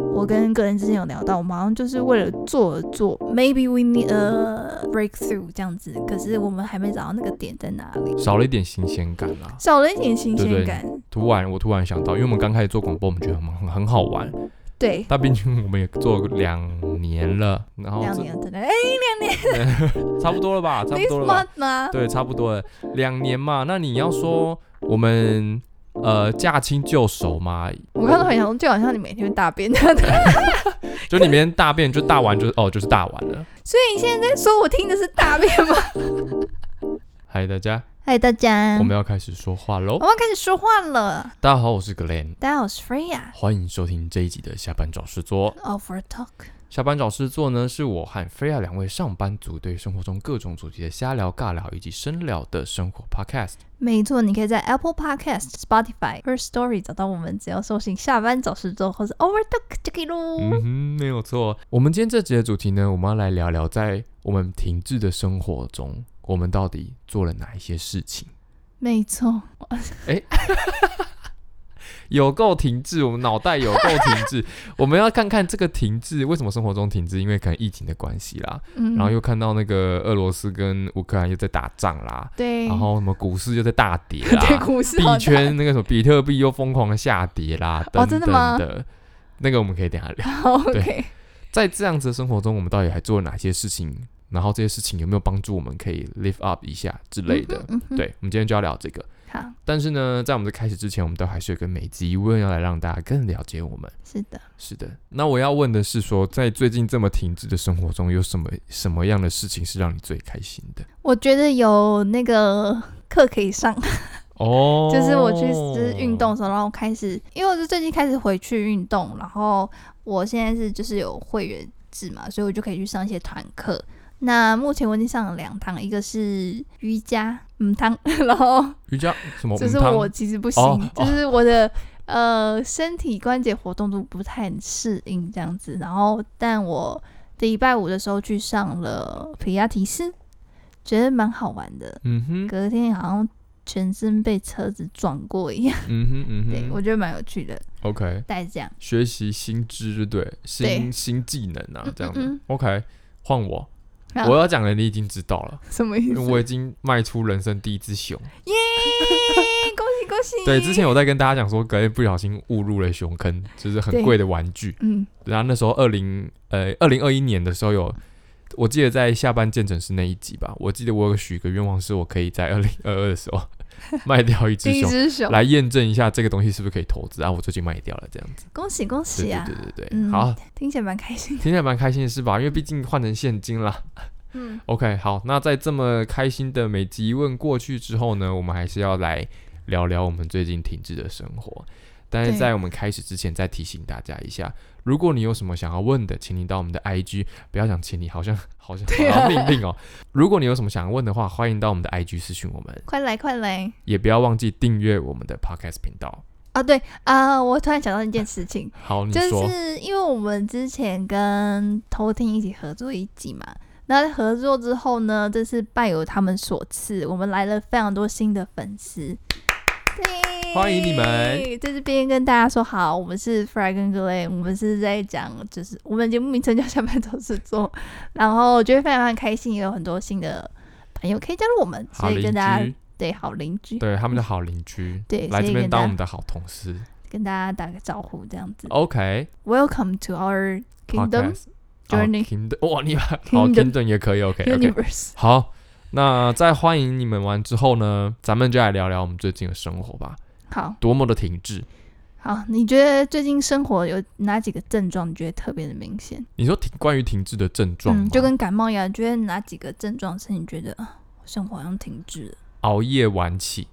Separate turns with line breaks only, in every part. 我跟个人之前有聊到，我们好像就是为了做而做，maybe we need a breakthrough 这样子，可是我们还没找到那个点在哪里，
少了一点新鲜感啦、
少了一点新鲜感。
突然，我突然想到，因为我们刚开始做广播，我们觉得很很好玩，
对，
但毕竟我们也做了两年了，然后
两
这
年真的，哎、
差不多了吧，差不
t h i s
多了吧，
month 吗？
对，差不多了，两年嘛。那你要说我们呃驾轻就熟嘛，
我刚刚很想说，就好像你每天大便那样。
就里面大便就大完就是哦就是大完了。
所以你现在在说我听的是大便 吗？
嗨，大家，
嗨，大家，
我们要开始说话喽
我。们要开始说话了。
大家好，我是 Glenn，
大家好，我是 Freya
欢迎收听这一集的下班找事做。
of r Talk。
下班找事做呢，是我和菲亚两位上班族对生活中各种主题的瞎聊、尬聊以及深聊的生活 Podcast。
没错，你可以在 Apple Podcast、Spotify、First Story 找到我们，只要搜寻“下班找事做”或是 Over Talk 就可以喽。
嗯哼，没有错。我们今天这集的主题呢，我们要来聊聊在我们停滞的生活中，我们到底做了哪一些事情？
没错，
有够停滞，我们脑袋有够停滞。我们要看看这个停滞为什么生活中停滞，因为可能疫情的关系啦，
嗯，
然后又看到那个俄罗斯跟乌克兰又在打仗啦，
对，
然后什么股市又在大跌
对
啦，
股 市好
币
大
圈那个什么比特币又疯狂的下跌啦，
哦
等
真
等
的吗
的。那个我们可以等一下聊。
，OK，
在这样子的生活中，我们到底还做了哪些事情？然后这些事情有没有帮助我们可以 live up 一下之类的？
嗯哼，
对，我们今天就要聊这个。
好，
但是呢，在我们在开始之前，我们都还是有个每集问要来让大家更了解我们。
是的，
是的，那我要问的是说，在最近这么停滞的生活中，有什么什么样的事情是让你最开心的？
我觉得有那个课可以上，
哦
就是我去就是运动的时候，然后开始，因为我是最近开始回去运动，然后我现在是就是有会员制嘛，所以我就可以去上一些团课。那目前我已经上了两堂，一个是瑜伽，嗯，堂， 然后
瑜伽什么？
就是
午哦汤
我其实不行，
哦哦
就是我的呃身体关节活动度不太适应这样子。然后，但我礼拜五的时候去上了皮亚提斯，觉得蛮好玩的。
嗯哼，
隔天好像全身被车子撞过一样，
嗯哼，嗯哼，
对我觉得蛮有趣的。
OK，
大概这样，
学习新知，对不对？新新技能啊
嗯，
这样
嗯
子
嗯。
OK，换我，
好
我要讲的你已经知道 了。
什么意
因
思？
为我已经迈出人生第一只熊。
耶！恭喜恭喜！
对，之前有在跟大家讲说，格雷不小心误入了熊坑，就是很
对
贵的玩具。
嗯，
然后那时候二零呃二零二一年的时候有，我记得在下班见诊室那一集吧，我记得我有许个愿望，是我可以在二零二二的时 候卖掉一只
第一
熊，
只熊，
来验证一下这个东西是不是可以投资。啊，我最近卖掉了，这样子。
恭喜恭
对
喜
对
啊！
对对对，
嗯
好，
听起来蛮开心的。
听起来蛮开心的是吧？因为毕竟换成现金啦。
嗯，
OK，好，那在这么开心的每集问过去之后呢，我们还是要来聊聊我们最近停滞的生活。但是
对
在我们开始之前，再提醒大家一下，如果你有什么想要问的，请你到我们的 IG，不要讲请你，好像 好像
对啊
好像命令哦。如果你有什么想要问的话，欢迎到我们的 IG 私讯我们，
快来快来！
也不要忘记订阅我们的 Podcast 频道。
啊，对啊、我突然想到一件事情，
好，你
就
说，
是因为我们之前跟偷听一起合作一集嘛，那合作之后呢，这是拜有他们所赐，我们来了非常多新的粉丝。对
欢迎你们！
在这边跟大家说好，我们是 Fry 跟 Glen，我们是在讲，就是我们节目名称叫下班找事做，然后我觉得非常非常开心，也有很多新的朋友可以加入我们，
好
所以
邻
跟大家
居，
对好邻居，
对他们的好邻居，
对所
来
以
这边
跟大
当
家
我们的好同事。
跟大家打个招呼这样子。
OK，
Welcome to our kingdom
Podcast
journey
哦 Kingdom，哇，你把哦
Kingdom
Kingdom 也可以，OK OK。
universe。
好，那在欢迎你们完之后呢，咱们就来聊聊我们最近的生活吧，
好
多么的停滞。
好，你觉得最近生活有哪几个症状？你觉得特别的明显？
你说停关于停滞的症状吗、
嗯，就跟感冒一样，你觉得哪几个症状是你觉得啊生活好像停滞了
熬夜晚起，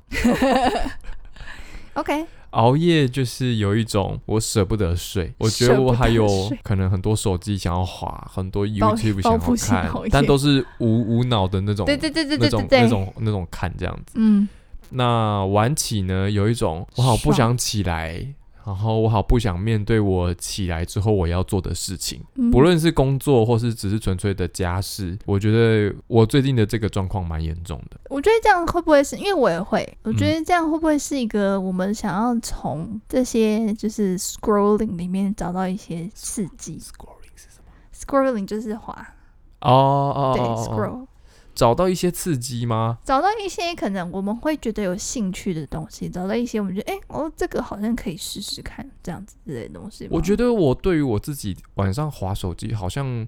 ？OK，
熬夜就是有一种我舍不得睡，我觉
舍
得
不
我还
得
有
睡
可能很多手机想要滑，很多
报
YouTube
报
想
复
要
性熬
看
夜，
但都是无无脑的那种，
对对对对
那
对
种
对
那
对，
种那种看这样子。
嗯，
那晚起呢，有一种我好不
爽
想起来，然后我好不想面对我起来之后我要做的事情，
嗯
不论是工作或是只是纯粹的家事，我觉得我最近的这个状况蛮严重的。
我觉得这样会不会是因为我也会？我
嗯
觉得这样会不会是一个我们想要从这些就是 scrolling 里面找到一些刺激
Scrolling 是什么？
？scrolling 就是滑，
哦哦
对
哦哦哦，
，scroll
找到一些刺激吗？
找到一些可能我们会觉得有兴趣的东西，找到一些我们觉得哎、诶哦，这个好像可以试试看这样子之类的东西吗。
我觉得我对于我自己晚上划手机，好像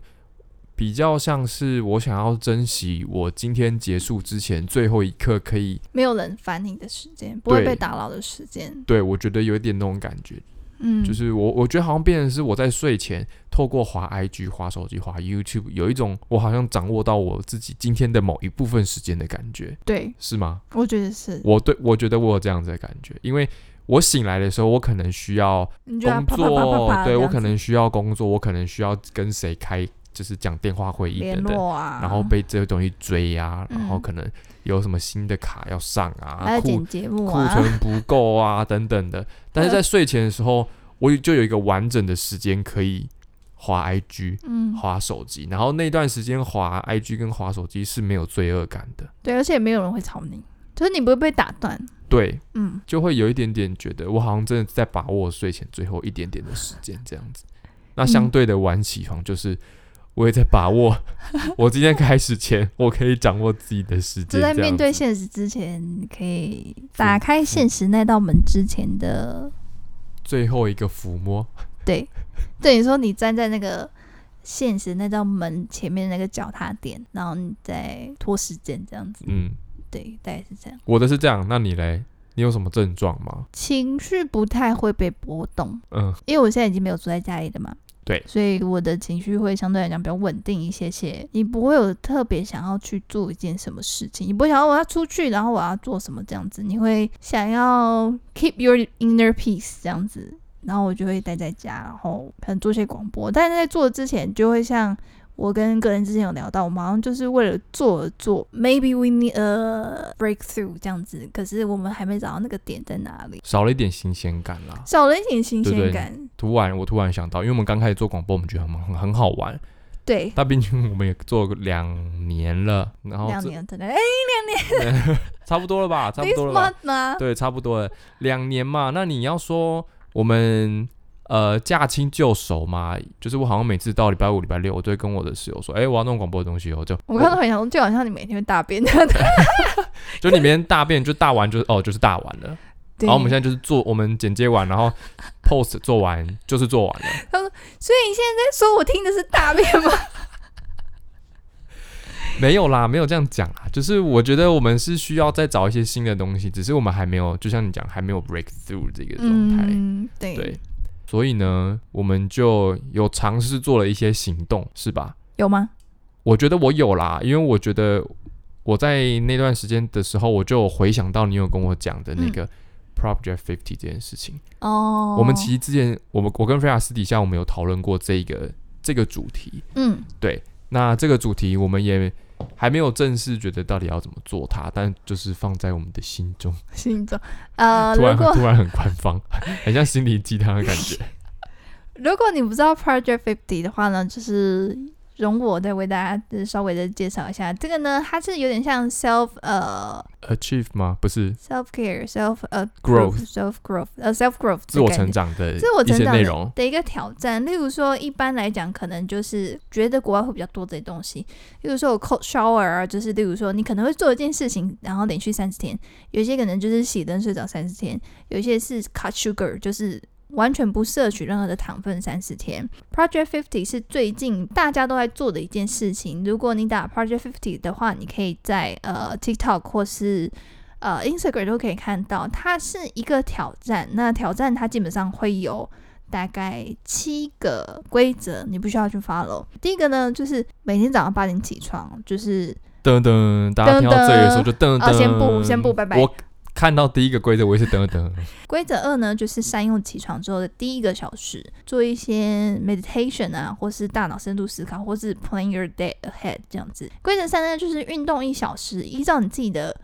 比较像是我想要珍惜我今天结束之前最后一刻可以，
没有人烦你的时间，不会
对
被打扰的时间，
对我觉得有一点那种感觉，
嗯，
就是我我觉得好像变成是我在睡前透过滑 IG、滑手机、滑 YouTube，有一种我好像掌握到我自己今天的某一部分时间的感觉，
对，
是吗？
我觉得是，
我对我觉得我有这样子的感觉，因为我醒来的时候，我可能需要
你就要
工
啪啪啪啪
作，
啪，
对
这
我
样
可
子
能需要工作，我可能需要跟谁开，就是讲电话会议
联
等等，
络啊，
然后被这些东西追呀、然后
嗯
可能有什么新的卡要上
还
啊，
要
库
剪节目
库
啊，
存不够啊等等的。
嗯
但是在睡前的时候，我就有一个完整的时间可以滑 IG。
嗯，
滑手机，然后那段时间滑 IG 跟滑手机是没有罪恶感的，
对，而且没有人会吵你，就是你不会被打断，
对，
嗯，
就会有一点点觉得我好像真的在把握睡前最后一点点的时间这样子。那
嗯
相对的晚起床就是我也在把 握，我今天开始前我可以掌握自己的时
就
间，
在
这
面
样
对
子。
现实之前，你可以打开现实那道门之前的，
最后一个抚摸，
对，对，你说你站在那个。现实那道门前面那个脚踏点，然后你再拖时间这样子，
嗯，
对，大概是这样。
我的是这样，那你嘞？你有什么症状吗？
情绪不太会被波动，
嗯，
因为我现在已经没有住在家里的嘛，
对
所以我的情绪会相对来讲比较稳定一些些。你不会有特别想要去做一件什么事情，你不会想要我要出去，然后我要做什么这样子，你会想要 keep your inner peace 这样子。然后我就会待在家，然后可能做些广播，但是在做之前就会像。我跟个人之前有聊到，我们好像就是为了做而做，maybe we need a breakthrough 这样子，可是我们还没找到那个点在哪里，
少了一点新鲜感啦。
少了一点新
对
鲜
对
感。
突然，我突然想到，因为我们刚开始做广播，我们觉得很很很好玩，
对，
但毕竟我们也做了两年了，然后
两
哦这
年真的，哎
差不多了吧，差不
，this
多了吧。
month 吗？
对，差不多了，两年嘛。那你要说我们呃驾轻就熟嘛，就是我好像每次到礼拜五、礼拜六，我都会跟我的室友说，哎、我要弄广播的东西哦，就
我看到很想说，就好像你每天会大便这样的。
就你明天大便就大完就是哦就是大完了。
对
然后我们现在就是做我们剪接完，然后 post 做完就是做完了。
所以你现在在说我听的是大 便吗？
没有啦，没有这样讲啦，就是我觉得我们是需要再找一些新的东西，只是我们还没有，就像你讲，还没有 break through 这个状态。
嗯，对，
对，所以呢，我们就有尝试做了一些行动，是吧？
有吗？
我觉得我有啦，因为我觉得我在那段时间的时候，我就有回想到你有跟我讲的那个 Project Fifty 这件事情。
嗯哦，
我们其实之前，我们我跟菲亚私底下我们有讨论过这一个这个主题。
嗯，
那这个主题我们也还没有正式觉得到底要怎么做它，但就是放在我们的心中。
心中呃，
突
如
然
果
突然很官方， 很像心灵鸡汤的感觉。
如果你不知道 Project Fifty 的话呢，就是容我再为大家就是稍微的介绍一下，这个呢，它是有点像 self 呃
Achieve 吗？不是
self care self 呃
Growth
self growth 呃 self growth
自我成长的
自我
一
成
些
长
内
的
容。
的一个挑战。例如说，一般来讲，可能就是觉得国外会比较多这些东西。例如说，我 cold shower 啊，就是例如说，你可能会做一件事情，然后连续三十天；有些可能就是洗灯睡澡三十天；有些是 cut sugar，就是完全不摄取任何的糖分三十天。Project Fifty 是最近大家都在做的一件事情。如果你打 Project Fifty 的话，你可以在呃 TikTok 或是呃 Instagram 都可以看到，它是一个挑战。那挑战它基本上会有大概七个规则，你必须要去 follow。第一个呢，就是每天早上八点起床，就是
噔噔，大家听到这里的时候就噔噔。
啊先不先不拜拜
我看到第一个规则，我也是噔噔。
规则二呢，就是善用起床之后的第一个小时，做一些 meditation 啊，或是大脑深度思考，或是 plan your day ahead 这样子。规则三呢，就是运动一小时，依照你自己的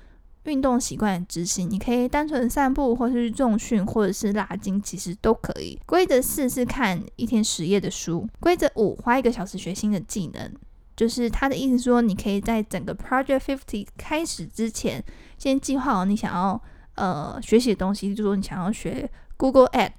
运动习惯的执行，你可以单纯散步，或是重训，或者是拉筋，其实都可以。规则四是看一天十页的书，规则五花一个小时学新的技能。就是他的意思说，你可以在整个 Project Fifty 开始之前，先计划好你想要呃学习的东西，就是说你想要学 Google Ad，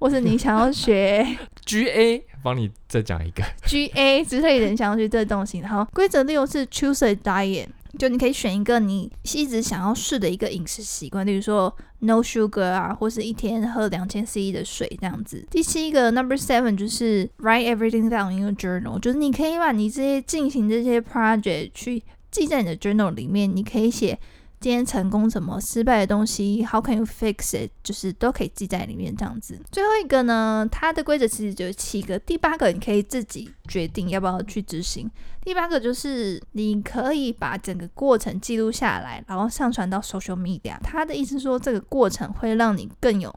或 是你想要学
G A，帮你再讲一个，
GA 之类的，你想要学这东西。然后规则六是 choose a diet，就你可以选一个你一直想要试的一个饮食习惯，例如说 no sugar 啊，或是一天喝两千 CE 的水这样子。第七个 number seven 就是 write everything down in a journal，就是你可以把你这些进行这些 project 去记在你的 journal 里面，你可以写。今天成功什么，失败的东西，How can you fix it？就是都可以记在里面这样子。最后一个呢，它的规则其实就有七个，第八个你可以自己决定要不要去执行。第八个就是你可以把整个过程记录下来，然后上传到 social media。它的意思说，这个过程会让你更有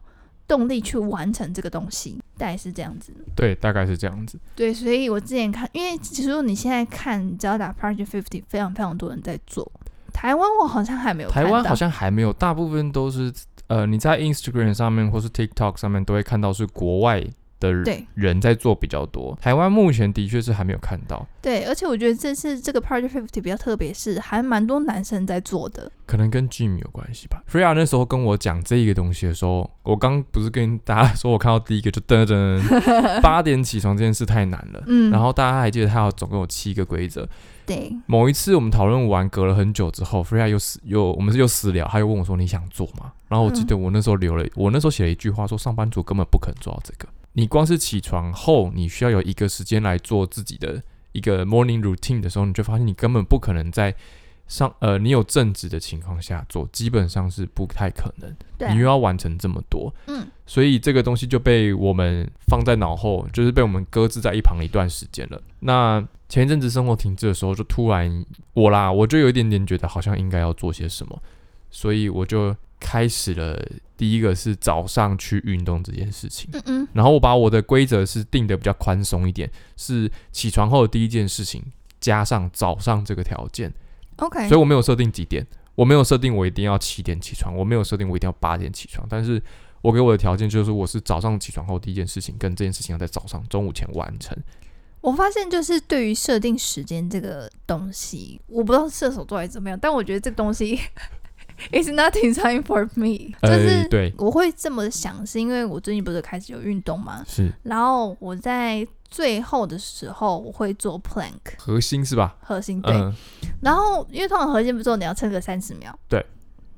动力去完成这个东西，大概是这样子。
对，大概是这样子。
对，所以我之前看，因为其实你现在看，你只要打 Project Fifty，非常非常多人在做。台湾我好像还没有看
台
到，
湾好像还没有，大部分都是呃，你在 Instagram 上面或是 TikTok 上面都会看到是国外的人
对
人在做比较多。台湾目前的确是还没有看到，
对，而且我觉得这次这个 Project Fifty 比较特别，是还蛮多男生在做的。
可能跟 Jim 有关系吧。Freya 那时候跟我讲这一个东西的时候，我刚不是跟大家说我看到第一个就噔噔噔八点起床这件事太难了。
嗯，
然后大家还记得它有总共有七个规则。
对
某一次我们讨论完，隔了很久之后，Freya 又私又我们是又私聊，他又问我说你想做吗？然后我记得我那时候留了，我那时候写了一句话说，上班族根本不可能做啊到这个。你光是起床后，你需要有一个时间来做自己的一个 morning routine 的时候，你就发现你根本不可能在上呃你有正职的情况下做，基本上是不太可能。
对
你又
啊，
要完成这么多，
嗯，
所以这个东西就被我们放在脑后，就是被我们搁置在一旁一段时间了。那前一阵子生活停滞的时候，就突然我啦，我就有一点点觉得好像应该要做些什么，所以我就开始了。第一个是早上去运动这件事情，
嗯嗯，
然后我把我的规则是定的比较宽松一点，是起床后的第一件事情加上早上这个条件，
OK，
所以我没有设定几点，我没有设定我一定要七点起床，我没有设定我一定要八点起床，但是我给我的条件就是我是早上起床后第一件事情，跟这件事情要在早上中午前完成。
我发现就是对于设定时间这个东西，我不知道射手座还是怎么样，但我觉得这个东西 is nothing time for me，就
哎，
是。
对，
我会这么想，是因为我最近不是开始有运动嘛，
是
然后我在最后的时候我会做 plank
核心是吧？
核心对，
嗯，
然后因为通常核心不是说你要撑个三十秒，
对，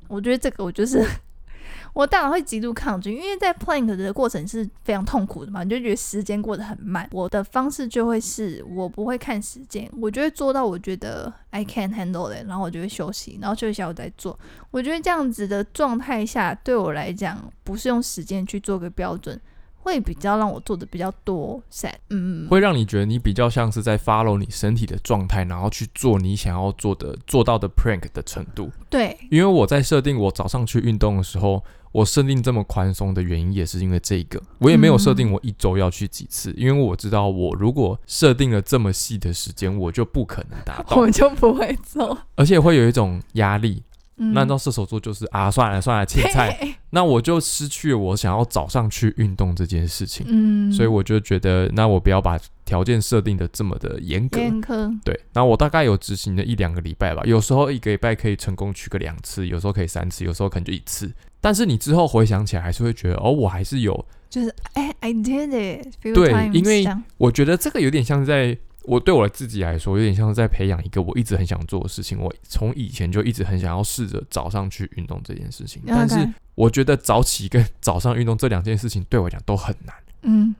我觉得这个我就是 我大脑会极度抗拒，因为在 plank 的过程是非常痛苦的嘛，你就觉得时间过得很慢。我的方式就会是我不会看时间，我就会做到我觉得 I can handle it，然后我就会休息，然后休息下我再做。我觉得这样子的状态下，对我来讲不是用时间去做个标准。会比较让我做的比较多 set，嗯，
会让你觉得你比较像是在 follow 你身体的状态，然后去做你想要做的做到的 prank 的程度。
对，
因为我在设定我早上去运动的时候，我设定这么宽松的原因也是因为这个，我也没有设定我一周要去几次，因为我知道我如果设定了这么细的时间，我就不可能达到，
我就不会做。
而且会有一种压力。
嗯
那按照射手座就是啊，算了算了，切菜，
嘿
那我就失去了我想要早上去运动这件事情，
嗯，
所以我就觉得，那我不要把条件设定的这么的严格。
严苛，
对，那我大概有执行了一两个礼拜吧，有时候一个礼拜可以成功去个两次，有时候可以三次，有时候可能就一次。但是你之后回想起来，还是会觉得哦，我还是有。
就是哎、i did it few
对
times，
因为
这样
我觉得这个有点像是在我对我自己来说，有点像是在培养一个我一直很想做的事情。我从以前就一直很想要试着早上去运动这件事情，但是
OK，
我觉得早起跟 早上运动这两件事情对我来讲都很难。
嗯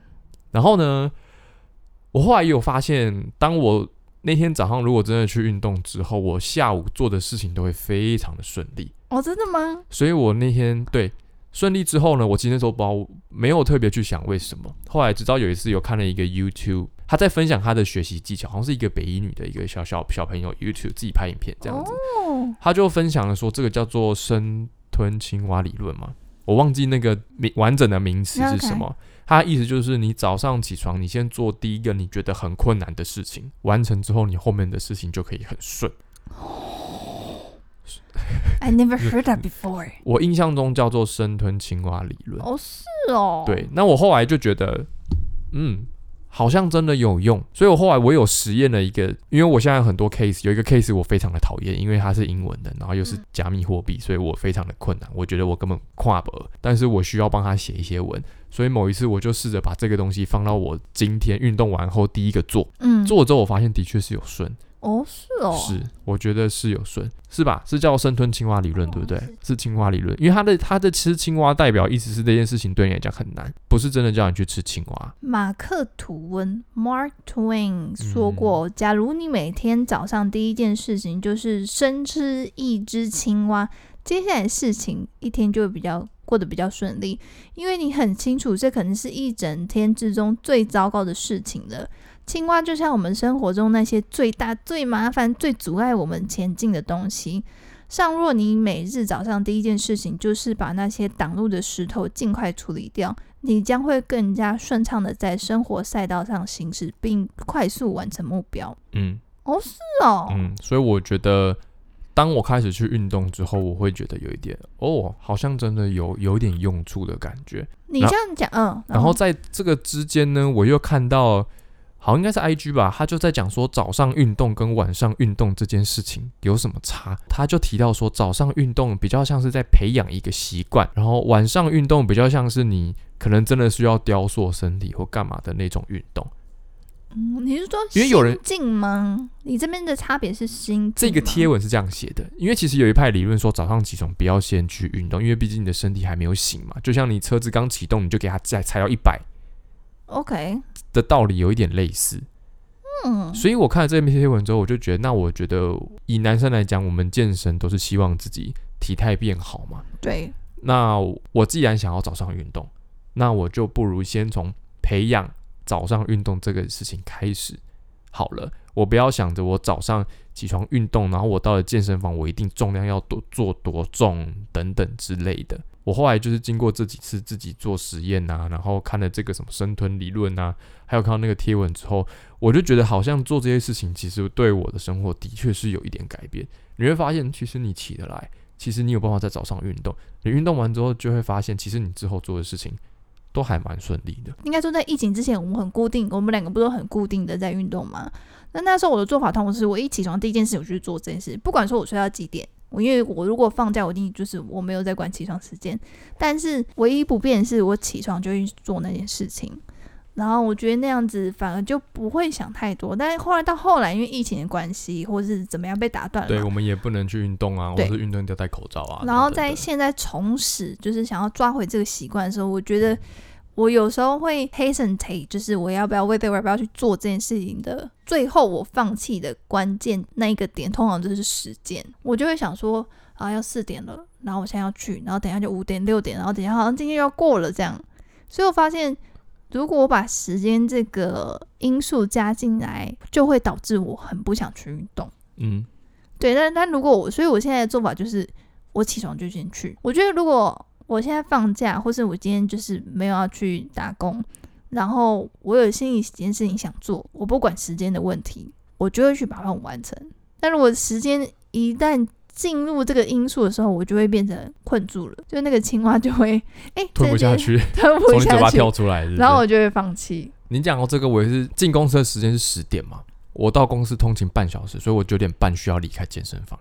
然后呢，我后来也有发现，当我那天早上如果真的去运动之后，我下午做的事情都会非常的顺利。
哦，真的吗？
所以我那天对顺利之后呢，我其实那时候不知道，没有特别去想为什么。后来直到有一次有看了一个 YouTube，他在分享他的学习技巧，好像是一个北医女的一个小小小朋友 YouTube 自己拍影片这样子，
哦，
他就分享了说这个叫做深吞青蛙理论嘛，我忘记那个名完整的名词是什么。他的意思就是，你早上起床，你先做第一个你觉得很困难的事情，完成之后，你后面的事情就可以很顺。
I never heard that before。
我印象中叫做深吞青蛙理论。
哦，是哦，，
呃对，那我后来就觉得，嗯，好像真的有用，所以我后来我有实验了一个，因为我现在有很多 case，有一个 case 我非常的讨厌，因为它是英文的，然后又是
嗯
加密货币，所以我非常的困难，我觉得我根本跨不，但是我需要帮他写一些文，所以某一次我就试着把这个东西放到我今天运动完后第一个做，
嗯，
做了之后我发现的确是有顺，
哦，是哦，
是，我觉得是有顺，是吧？是叫生吞青蛙理论，对不对
哦是？
是青蛙理论，因为它的它的吃青蛙代表意思是这件事情对你来讲很难，不是真的叫你去吃青蛙。
马克吐温 （Mark Twain）
嗯
说过：“假如你每天早上第一件事情就是生吃一只青蛙，接下来事情一天就会比较过得比较顺利，因为你很清楚这可能是一整天之中最糟糕的事情了。青蛙就像我们生活中那些最大、最麻烦、最阻碍我们前进的东西。”上若你每日早上第一件事情就是把那些挡路的石头尽快处理掉，你将会更加顺畅的在生活赛道上行驶，并快速完成目标。
嗯
哦，是哦，
嗯，所以我觉得，当我开始去运动之后，我会觉得有一点哦，好像真的有有一点用处的感觉。
你这样讲，嗯，
然后在这个之间呢，我又看到，好应该是 IG 吧，他就在讲说早上运动跟晚上运动这件事情有什么差。他就提到说，早上运动比较像是在培养一个习惯，然后晚上运动比较像是你可能真的需要雕塑身体或干嘛的那种运动。
嗯，你是说
因为有人
心境吗？你这边的差别是心境吗
这个贴文是这样写的，因为其实有一派理论说早上起床不要先去运动，因为毕竟你的身体还没有醒嘛。就像你车子刚启动，你就给它再踩到一百
，OK，
的道理有一点类似。
嗯，
所以我看了这篇贴文之后，我就觉得，那我觉得以男生来讲，我们健身都是希望自己体态变好嘛。
对，
那我既然想要早上运动，那我就不如先从培养早上运动这个事情开始好了。我不要想着我早上起床运动，然后我到了健身房，我一定重量要多做多重等等之类的。我后来就是经过这几次自己做实验啊，然后看了这个什么深吞理论啊，还有看到那个贴文之后，我就觉得好像做这些事情，其实对我的生活的确是有一点改变。你会发现，其实你起得来，其实你有办法在早上运动，你运动完之后就会发现，其实你之后做的事情都还蛮顺利的。
应该说在疫情之前，我们很固定，我们两个不都很固定的在运动吗？那那时候我的做法通常是，我一起床第一件事我就去做这件事，不管说我睡到几点。我因为我如果放假，我一定就是我没有在管起床时间，但是唯一不变的是我起床就会去做那件事情，然后我觉得那样子反而就不会想太多。但是后来到后来，因为疫情的关系，或是怎么样被打断了嘛，
们也不能去运动啊，
对
运动要戴口罩啊
然后在现在重拾，就是想要抓回这个习惯的时候，我觉得我有时候会 hesitate，就是我要不要为对我要不要去做这件事情的。最后我放弃的关键那一个点，通常就是时间，我就会想说啊，要四点了，然后我现在要去，然后等一下就五点六点，然后等一下好像今天又要过了这样。所以我发现，如果我把时间这个因素加进来，就会导致我很不想去运动。
嗯，
对，但但如果我，所以我现在的做法就是，我起床就先去。我觉得如果我现在放假，或是我今天就是没有要去打工，然后我有心里几件事情想做，我不管时间的问题，我就会去把它完成。但如果时间一旦进入这个因素的时候，我就会变成困住了，就那个青蛙就会哎、
吞不下，去，
这 边吞
从
不
你嘴巴
下去，
跳出来是不是
然后我就会放弃。
你讲到这个，我也是进公司的时间是十点嘛，我到公司通勤半小时，所以我九点半需要离开健身房。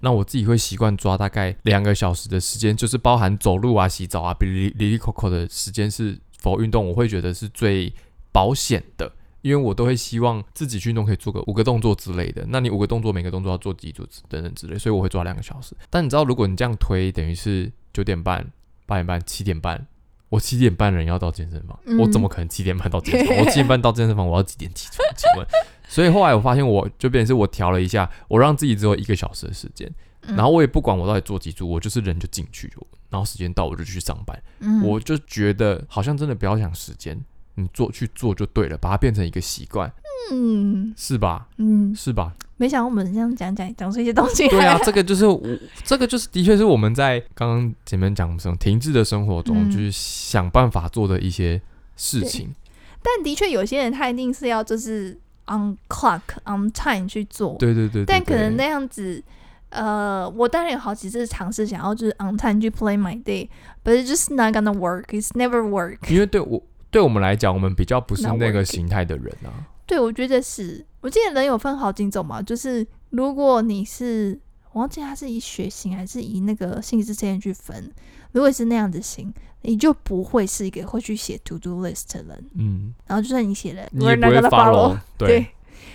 那我自己会习惯抓大概两个小时的时间，就是包含走路啊、洗澡啊、比里里里扣扣的时间是否运动，我会觉得是最保险的，因为我都会希望自己去运动可以做个五个动作之类的。那你五个动作每个动作要做几组等等之类，所以我会抓两个小时。但你知道，如果你这样推，等于是九点半、八点半、七点半，我七点半人要到健身房，
嗯
我怎么可能七点半到健身房？我七点半到健身房，我要几点起床？请问？所以后来我发现，我就变成是我调了一下，我让自己只有一个小时的时间，
嗯
然后我也不管我到底做几组，我就是人就进去，然后时间到我就去上班。
嗯，
我就觉得好像真的不要想时间，你做去做就对了，把它变成一个习惯，
嗯
是吧？
嗯，
是吧？
没想到我们这样讲讲讲出一些东西来。
对啊，这个就是我，这个就是的确是我们在刚刚前面讲什么停滞的生活中，
嗯
就是想办法做的一些事情。
但的确，有些人他一定是要就是 on clock on time 去做，
对对对对
但可能
对
那样子呃，我当然有好几次尝试想要就是 on time 去 play my day，but it's just not gonna work. It's never work.
因为对我对我们来讲，我们比较不是
那
那
我
个
给
形态的人啊。
对，我觉得是。我记得人有分好几种嘛，就是如果你是，我忘记他是以血型还是以那个性质测验去分。如果是那样子型，你就不会是一个会去写 to do list 的人。
嗯，
然后就算你写了，
你也不会
gonna
follow，对，
对。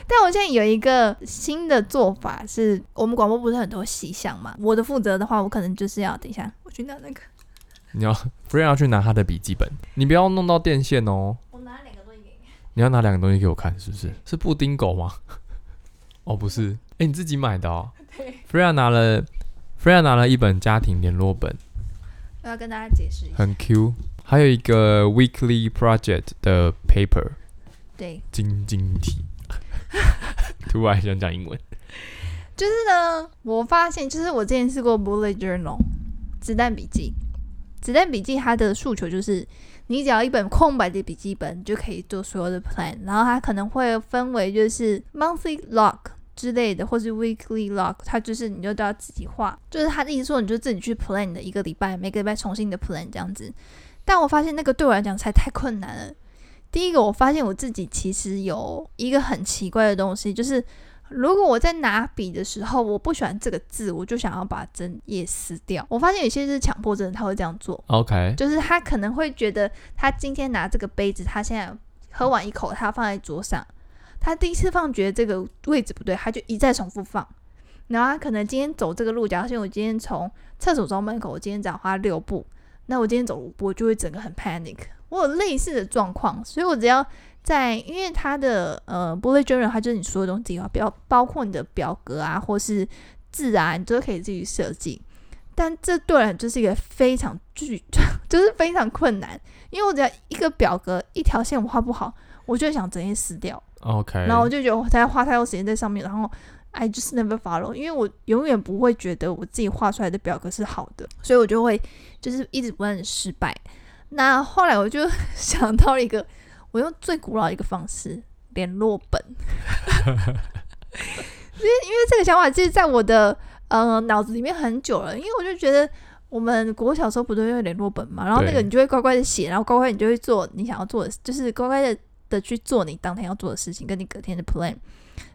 但我现在有一个新的做法是，我们广播不是很多细项嘛？我的负责的话，我可能就是要等一下，我去拿那个，
你要不然要去拿他的笔记本，你不要弄到电线哦。
我拿两个东西给你。
你要拿两个东西给我看，是不是？是布丁狗吗？ 哦，不是，哎、你自己买的哦。
对，
Freya 拿了，Freya 拿了一本家庭联络本，
我要跟大家解释一下。
很 Q，还有一个 Weekly Project 的 paper，
对，
晶晶体。 突然想讲英文，
就是呢，我发现就是我之前试过 bullet journal 子弹笔记，子弹笔记它的诉求就是，你只要一本空白的笔记本就可以做所有的 plan，然后它可能会分为就是 monthly log 之类的，或是 weekly log，它就是你就都要自己画，就是它的意思说你就自己去 plan 你的一个礼拜，每个礼拜重新你的 plan 这样子。但我发现那个对我来讲才太困难了。第一个，我发现我自己其实有一个很奇怪的东西，就是如果我在拿笔的时候，我不喜欢这个字，我就想要把整页撕掉。我发现有些是强迫症，他会这样做，
OK，
就是他可能会觉得他今天拿这个杯子，他现在喝完一口，他放在桌上，他第一次放觉得这个位置不对，他就一再重复放。然后他可能今天走这个路，假如说我今天从厕所走到门口，我今天只要花六步，那我今天走五步，我就会整个很 panic。我有类似的状况，所以我只要在，因为它的呃 bullet journal，它就是你所有东西啊，表包括你的表格啊，或是字啊，你都可以自己设计。但这对我来讲就是一个非常巨，就是非常困难，因为我只要一个表格一条线我画不好，我就会想整页撕掉，
OK，
然后我就觉得我在花太多时间在上面，然后 I just never follow，因为我永远不会觉得我自己画出来的表格是好的，所以我就会就是一直不断的失败。那后来我就 想到了一个，我用最古老的一个方式——联络本。 因为因为这个想法其实在我的呃脑子里面很久了，因为我就觉得我们国小时候不都用联络本嘛，然后那
对
个你就会乖乖的写，然后乖乖你就会做你想要做的，就是乖乖的的去做你当天要做的事情，跟你隔天的 plan。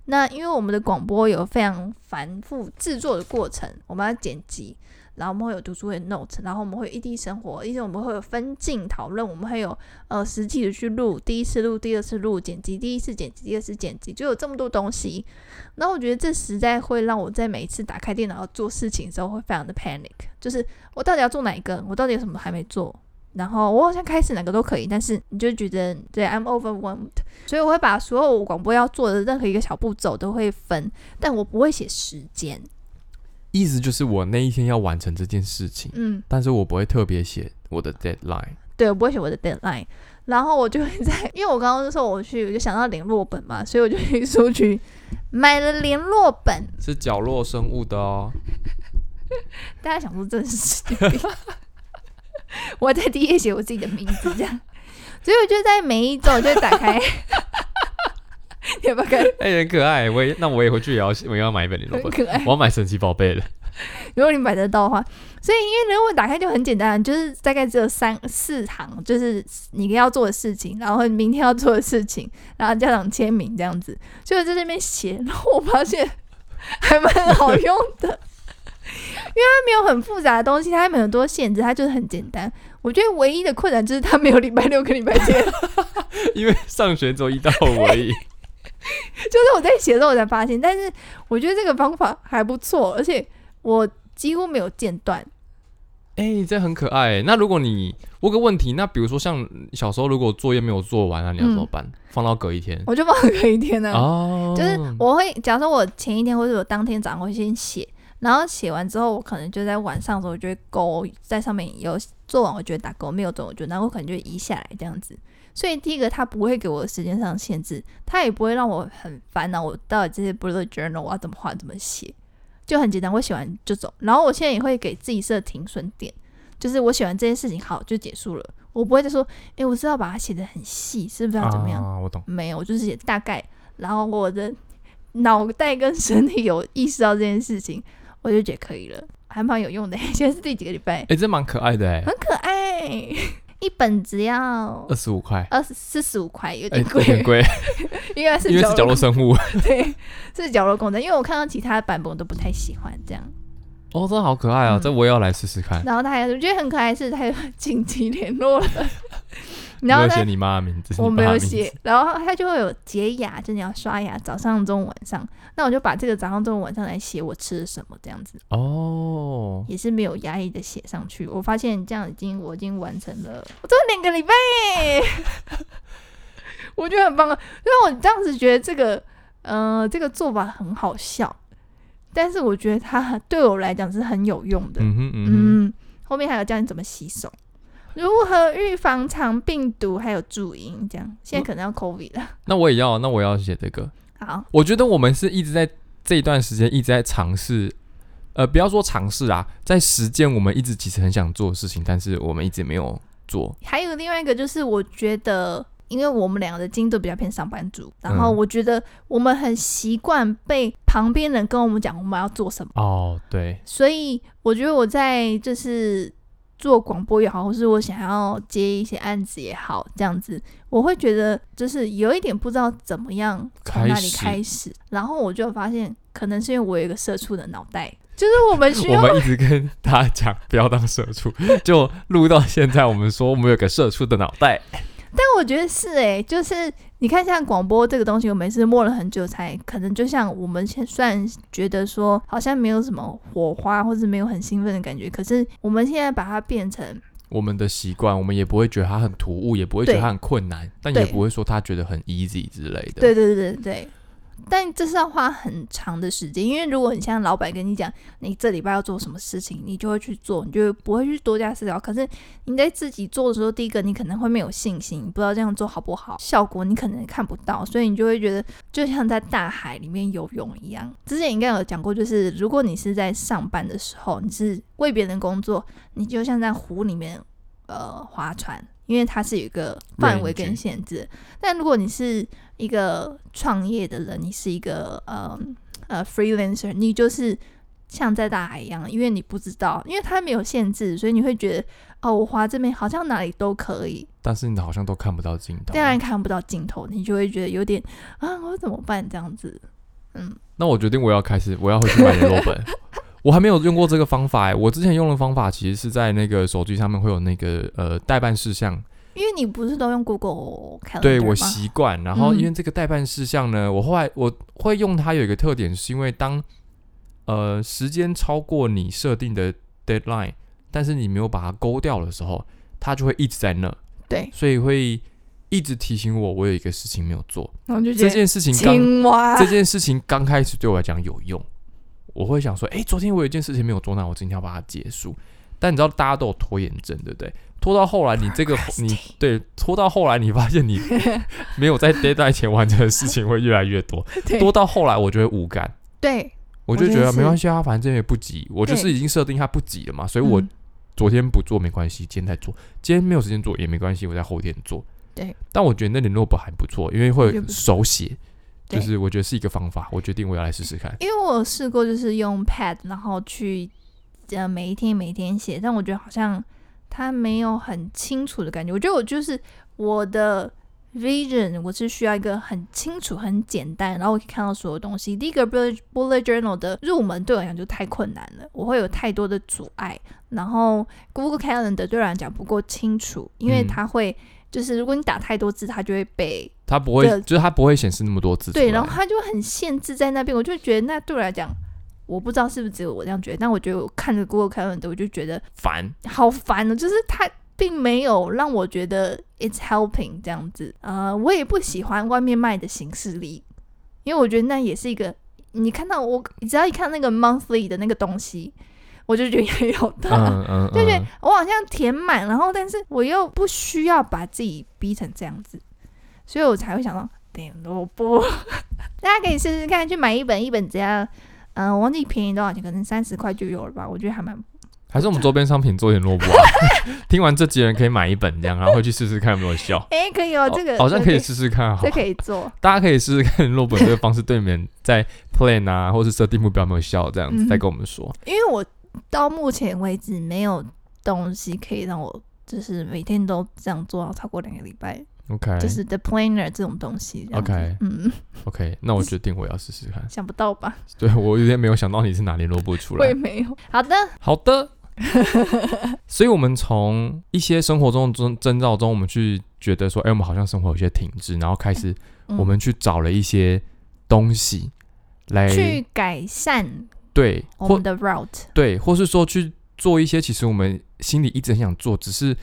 那因为我们的广播有非常繁复制作的过程，我们要剪辑，然后我们会有读书会的 note，然后我们会有异地生活，异地我们会有分镜讨论，我们会有呃实际的去录，第一次录，第二次录剪辑，第一次剪辑，第二次剪辑，就有这么多东西。那我觉得这实在会让我在每一次打开电脑要做事情的时候会非常的 panic，就是我到底要做哪一个，我到底有什么还没做。然后我好像开始哪个都可以，但是你就觉得对 I'm overwhelmed，所以我会把所有我广播要做的任何一个小步骤都会分，但我不会写时间。
意思就是我那一天要完成这件事情，
嗯，
但是我不会特别写我的 deadline。
对，我不会写我的 deadline，然后我就会在， 因为我刚刚就说我去，我就想到联络本嘛，所以我就去书局买了联络本。
是角落生物的 哦。
大家想说真是神经病， 我在第一页写我自己的名字，这样，所以我就在每一周我就会打开， 你有没有看？
哎、很可爱，我也那我也回去也要我也要买一本联络
很
本，
可爱。
我要买神奇宝贝了。
如果你买得到的话，所以因为如果打开就很简单，就是大概只有三四行，就是你要做的事情，然后明天要做的事情，然后家长签名这样子。所以我在这边写，然后我发现还蛮好用的，因为它没有很复杂的东西，它没有很多限制，它就是很简单。我觉得唯一的困难就是它没有礼拜六跟礼拜天， 就
因为上学只有一到五 而已。
是我在写的时候我才发现，但是我觉得这个方法还不错，而且我几乎没有间断。
哎、这很可爱。那如果你我有个问题，那比如说像小时候如果作业没有做完啊，你要怎么办？放到隔一天？
嗯我就放了一天啊呢、
哦，
就是我会，假如说我前一天或者我当天早上会先写，然后写完之后，我可能就在晚上的时候，我就会勾在上面有做完，我就会打勾；没有做，我就然后我可能就移下来这样子。所以第一个，它不会给我时间上限制，它也不会让我很烦恼，我到底这些 bullet journal 我要怎么画怎么写，就很简单，我写完就走。然后我现在也会给自己设停损点，就是我写完这件事情好就结束了，我不会再说，诶，我知道把它写的很细，是不是要怎么样？
啊？我懂。
没有，我就是也大概，然后我的脑袋跟身体有意识到这件事情，我就觉得可以了，还蛮有用的。 现在是第几个礼拜？
哎，这蛮可爱的哎，
很可爱，一本只要
二十五块，
二十四十五块，有
哎，
点
有
贵，
点 贵，
应该是
因为是角落
落
生 物。
对，是角落公仔，因为我看到其他版本我都不太喜欢这样。
哦，这好可爱啊，
嗯
这我也要来试试看。
然后他还我觉得很可爱，是他有紧急联络 了，
你
然后
有
呢
写，你妈的名字，
我
你爸
没
的
有
名字
写，，然后他就会有洁牙，就是你要刷牙，早上、中午、晚上。那我就把这个早上、中午、晚上来写我吃了什么，这样子
哦，
也是没有压抑的写上去。我发现这样已经我已经完成了，我做了两个礼拜耶， 我觉得很棒啊。让我当时觉得这个，呃，这个做法很好笑，但是我觉得它对我来讲是很有用的。
嗯哼嗯哼，
嗯，后面还有教你怎么洗手，如何预防肠病毒，还有注音这样。现在可能要 COVID 了。
那我也要，那我也要写这个。
好，
我觉得我们是一直在这一段时间一直在尝试，呃，不要说尝试啊，在实践我们一直其实很想做的事情，但是我们一直没有做。
还有另外一个就是，我觉得，因为我们两个的经历都比较偏上班族，然后
嗯
我觉得我们很习惯被旁边人跟我们讲我们要做什么，
哦，对，
所以我觉得我在就是。做广播也好，或是我想要接一些案子也好，这样子，我会觉得就是有一点不知道怎么样从
开
那里
始
开始，然后我就发现，可能是因为我有一个社畜的脑袋，就是我们需
我
要
们一直跟大家讲不要当社畜，就录到现在，我们说我们有个社畜的脑袋。
但我觉得是诶、就是你看，像广播这个东西，我们也是摸了很久才，可能就像我们现虽然觉得说好像没有什么火花，或是没有很兴奋的感觉，可是我们现在把它变成
我们的习惯，我们也不会觉得它很突兀，也不会觉得
对
它很困难，但
对
也不会说它觉得很 easy 之类的。
对对对对对。但这是要花很长的时间，因为如果你像老板跟你讲，你这礼拜要做什么事情，你就会去做，你就不会去多加思考。可是你在自己做的时候，第一个你可能会没有信心，你不知道这样做好不好，效果你可能看不到，所以你就会觉得就像在大海里面游泳一样。之前应该有讲过，就是如果你是在上班的时候，你是为别人工作，你就像在湖里面呃划船，因为它是有一个范围
Range
跟限制的。但如果你是一个创业的人，你是一个呃呃 freelancer，你就是像在大海一样，因为你不知道，因为它没有限制，所以你会觉得哦，我滑这边好像哪里都可以，
但是你好像都看不到尽头。
当然看不到尽头，你就会觉得有点啊，我怎么办这样子？嗯，
那我决定我要开始，我要回去买联络本。 我还没有用过这个方法、欸，我之前用的方法其实是在那个手机上面会有那个呃代办事项，
因为你不是都用 Google Calendar
对我
吗
习惯。然后因为
嗯
这个代办事项呢，我后来我会用它有一个特点，是因为当呃时间超过你设定的 deadline，但是你没有把它勾掉的时候，它就会一直在那，
对，
所以会一直提醒我我有一个事情没有做。
然后就
这
觉得
件事情刚
青蛙
这件事情刚开始对我来讲有用，我会想说，诶，昨天我有一件事情没有做，那我今天要把它结束。但你知道大家都有拖延症，对不对？拖到后来，你这个
Procrastinate
你对拖到后来，你发现 你没有在 deadline 前完成的事情会越来越多，多
对
到后来我就会无感，
对，
我就
我
觉
觉
得
得是
没关系啊，反正也不急，我就是
对
已经设定它不急了嘛，所以我
嗯
昨天不做没关系，今天再做，今天没有时间做也没关系，我在后天做。
对，
但我觉得那联络本还不错，因为会
我觉得不错
手写，就
对
是我觉得是一个方法，我决定我要来试试看。
因为我有试过就是用 Pad，然后去呃每一天每一天写，但我觉得好像它没有很清楚的感觉。我觉得我就是我的 vision，我是需要一个很清楚、很简单，然后我可以看到所有东西。第一个 bullet bullet journal 的入门对我来讲就太困难了，我会有太多的阻碍。然后 Google Calendar 对我来讲不够清楚，因为
嗯
它会、就是如果你打太多字，它就会被
它不会，
对
就是它不会显示那么多字出来。
对，然后他就很限制在那边，我就觉得那对我来讲，我不知道是不是只有我这样觉得，但我觉得我看着 Google Calendar，我就觉得
烦，
好烦哦，就是他并没有让我觉得 it's helping 这样子，呃，我也不喜欢外面卖的形式力，因为我觉得那也是一个，你看到我只要一看那个 monthly 的那个东西，我就觉得 压力好大。
嗯嗯，
就觉
嗯
得我好像填满，然后但是我又不需要把自己逼成这样子，所以我才会想到点萝卜。 大家可以试呃试看，去买一本，一本只要，嗯、我忘记便宜多少钱，可能三十块就有了吧，我觉得还蛮
还是我们周边商品做一点萝 卜啊？听完这集的人可以买一本这样，然后回去试试看有没有效。
哎、可以哦，这个
好像
这
可以试试看，好
这，可以做。
大家可以试试看落本这个方式对你们在 plan 啊，或是设定目标有没有效，这样
嗯
子
哼
再跟我们说。
因为我到目前为止没有东西可以让我就是每天都这样做到超过两个礼拜，
OK
就是 the planner 这种东西这样子。
OK
嗯，
OK，那我决定我要试试看。
想不到吧？
对我有点没有想到你是哪里落不出
我也
来。
没有。好的，
好的， 所以我们从一些生活中的征征兆中，我们去觉得说，哎、我们好像生活有些停滞，然后开始
嗯
我们去找了一些东西来
去改善
对
我
哎或
们的 route。
对，或是说去做一些其实我们心里一直很想做，只是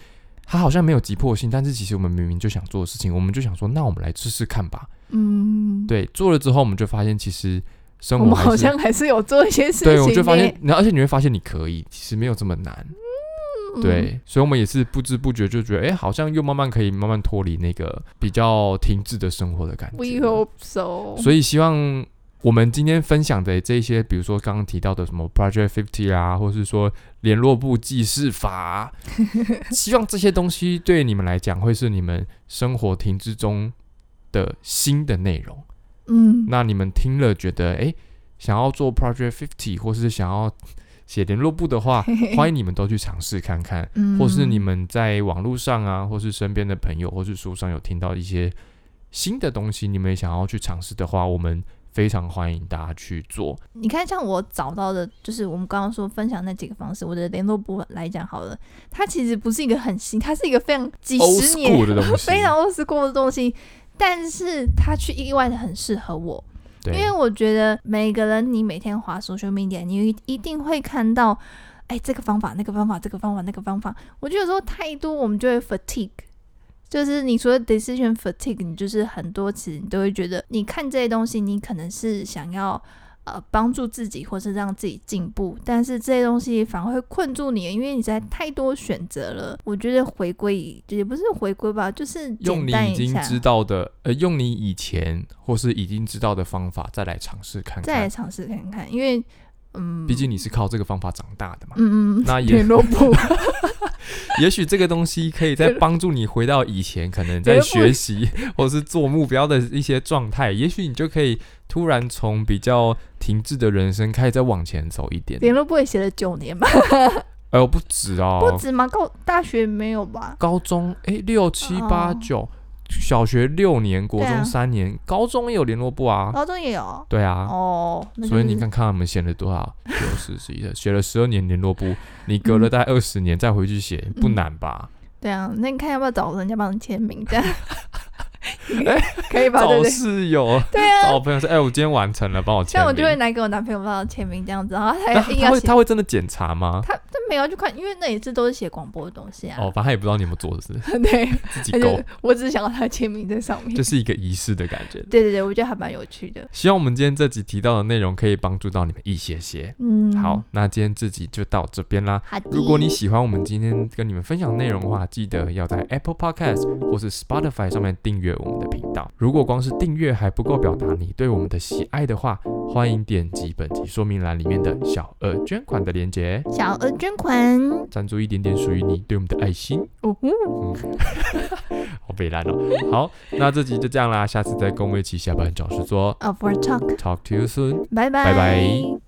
它好像没有急迫性，但是其实我们明明就想做的事情，我们就想说，那我们来试试看吧。
嗯，，
对，做了之后，我们就发现其实生
我
活
们
还
好
是
像还是有做一些事情呢。
对，我就发现，然后而且你会发现你可以，其实没有这么难。
嗯，
对，所以我们也是不知不觉就觉得，哎，好像又慢慢可以慢慢脱离那个比较停滞的生活的感
，we
觉了。
hope so。
所以希望我们今天分享的这些，比如说刚刚提到的什么 Project Fifty 啊，或是说联络部记 事法，啊希望这些东西对你们来讲会是你们生活停滞中的新的内容。
嗯，
那你们听了觉得，哎，想要做 Project Fifty 或是想要写联络部 的话，欢迎你们都去尝试看看。
嗯
或是你们在网络上啊，或是身边的朋友，或是书上有听到一些新的东西，你们也想要去尝试的话，我们非常欢迎大家去做。
你看，像我找到的，就是我们刚刚说分享那几个方式，我的联络部来讲好了，它其实不是一个很新，它是一个非常几
old
十年
school 的东西，
非常 old school 的东西，但是它却意外的很适合我，
对
因为我觉得每个人你每天滑 social media，你一一定会看到，哎，这个方法、那个方法、这个方法、那个方法，我觉得有时候太多，我们就会 fatigue。就是你除了 decision fatigue，你就是很多次你都会觉得，你看这些东西，你可能是想要呃帮助自己，或是让自己进步，但是这些东西反而会困住你，因为你实在太多选择了。我觉得回归也不是回归吧，就是
用
简
你
单
已
一
经
下，
知道的，呃，用你以前或是已经知道的方法再来尝试看
再来
看。
尝试看看，因为嗯，
毕竟你是靠这个方法长大的嘛，
嗯嗯
那
嗯，
也
联络 部
也许这个东西可以再帮助你回到以前可能在学习或是做目标的一些状态，也许你就可以突然从比较停滞的人生开始再往前走一点。
联络部也写了九年吧，
哎呦，不止哦，
不止吗？够大学没有吧？
高中哎六七八
哦
九，小学六年，国
对啊
中三年，高中也有联络部啊，
高中也有
对啊。
哦，那
所以
就是
你看看我们写了多少，有十十一的，写了十二年联络部，你隔了大概二十年再回去写，不
嗯
难吧？
对啊，那你看要不要找人家帮你签名这样？
哎
可以吧？ 对
找
不对？
室友，
对 啊，
找我朋友说，哎，我今天完成了，帮我签
像
名。
我就会拿给我男朋友帮我签名这样子，然后
那
他硬
他
要
会
写，
他会真的检查吗？
他他没有去看，因为那也是都是写广播的东西啊。
哦，反正他也不知道你有没有做的是
对，
自己
而
勾
且，我只是想要他签名在上面。
就是一个仪式的感觉。
对对对，我觉得还蛮有趣的。
希望我们今天这集提到的内容可以帮助到你们一些些。
嗯，
好，，那今天这集就到这边啦。
好的。
如果你喜欢我们今天跟你们分享的内容的话，记得要在 Apple Podcast 或是 Spotify 上面订阅我们的频道。如果光是订阅还不够表达你对我们的喜爱的话，欢迎点击本集说明栏里面的小额捐款的链接，
小额捐款，
赞助一点点属于你对我们的爱心。
哦呼，
好北蓝哦。好，那这集就这样啦，下次再跟我们一起下班找事做哦。
of our talk，
Talk to you soon。
拜拜
拜拜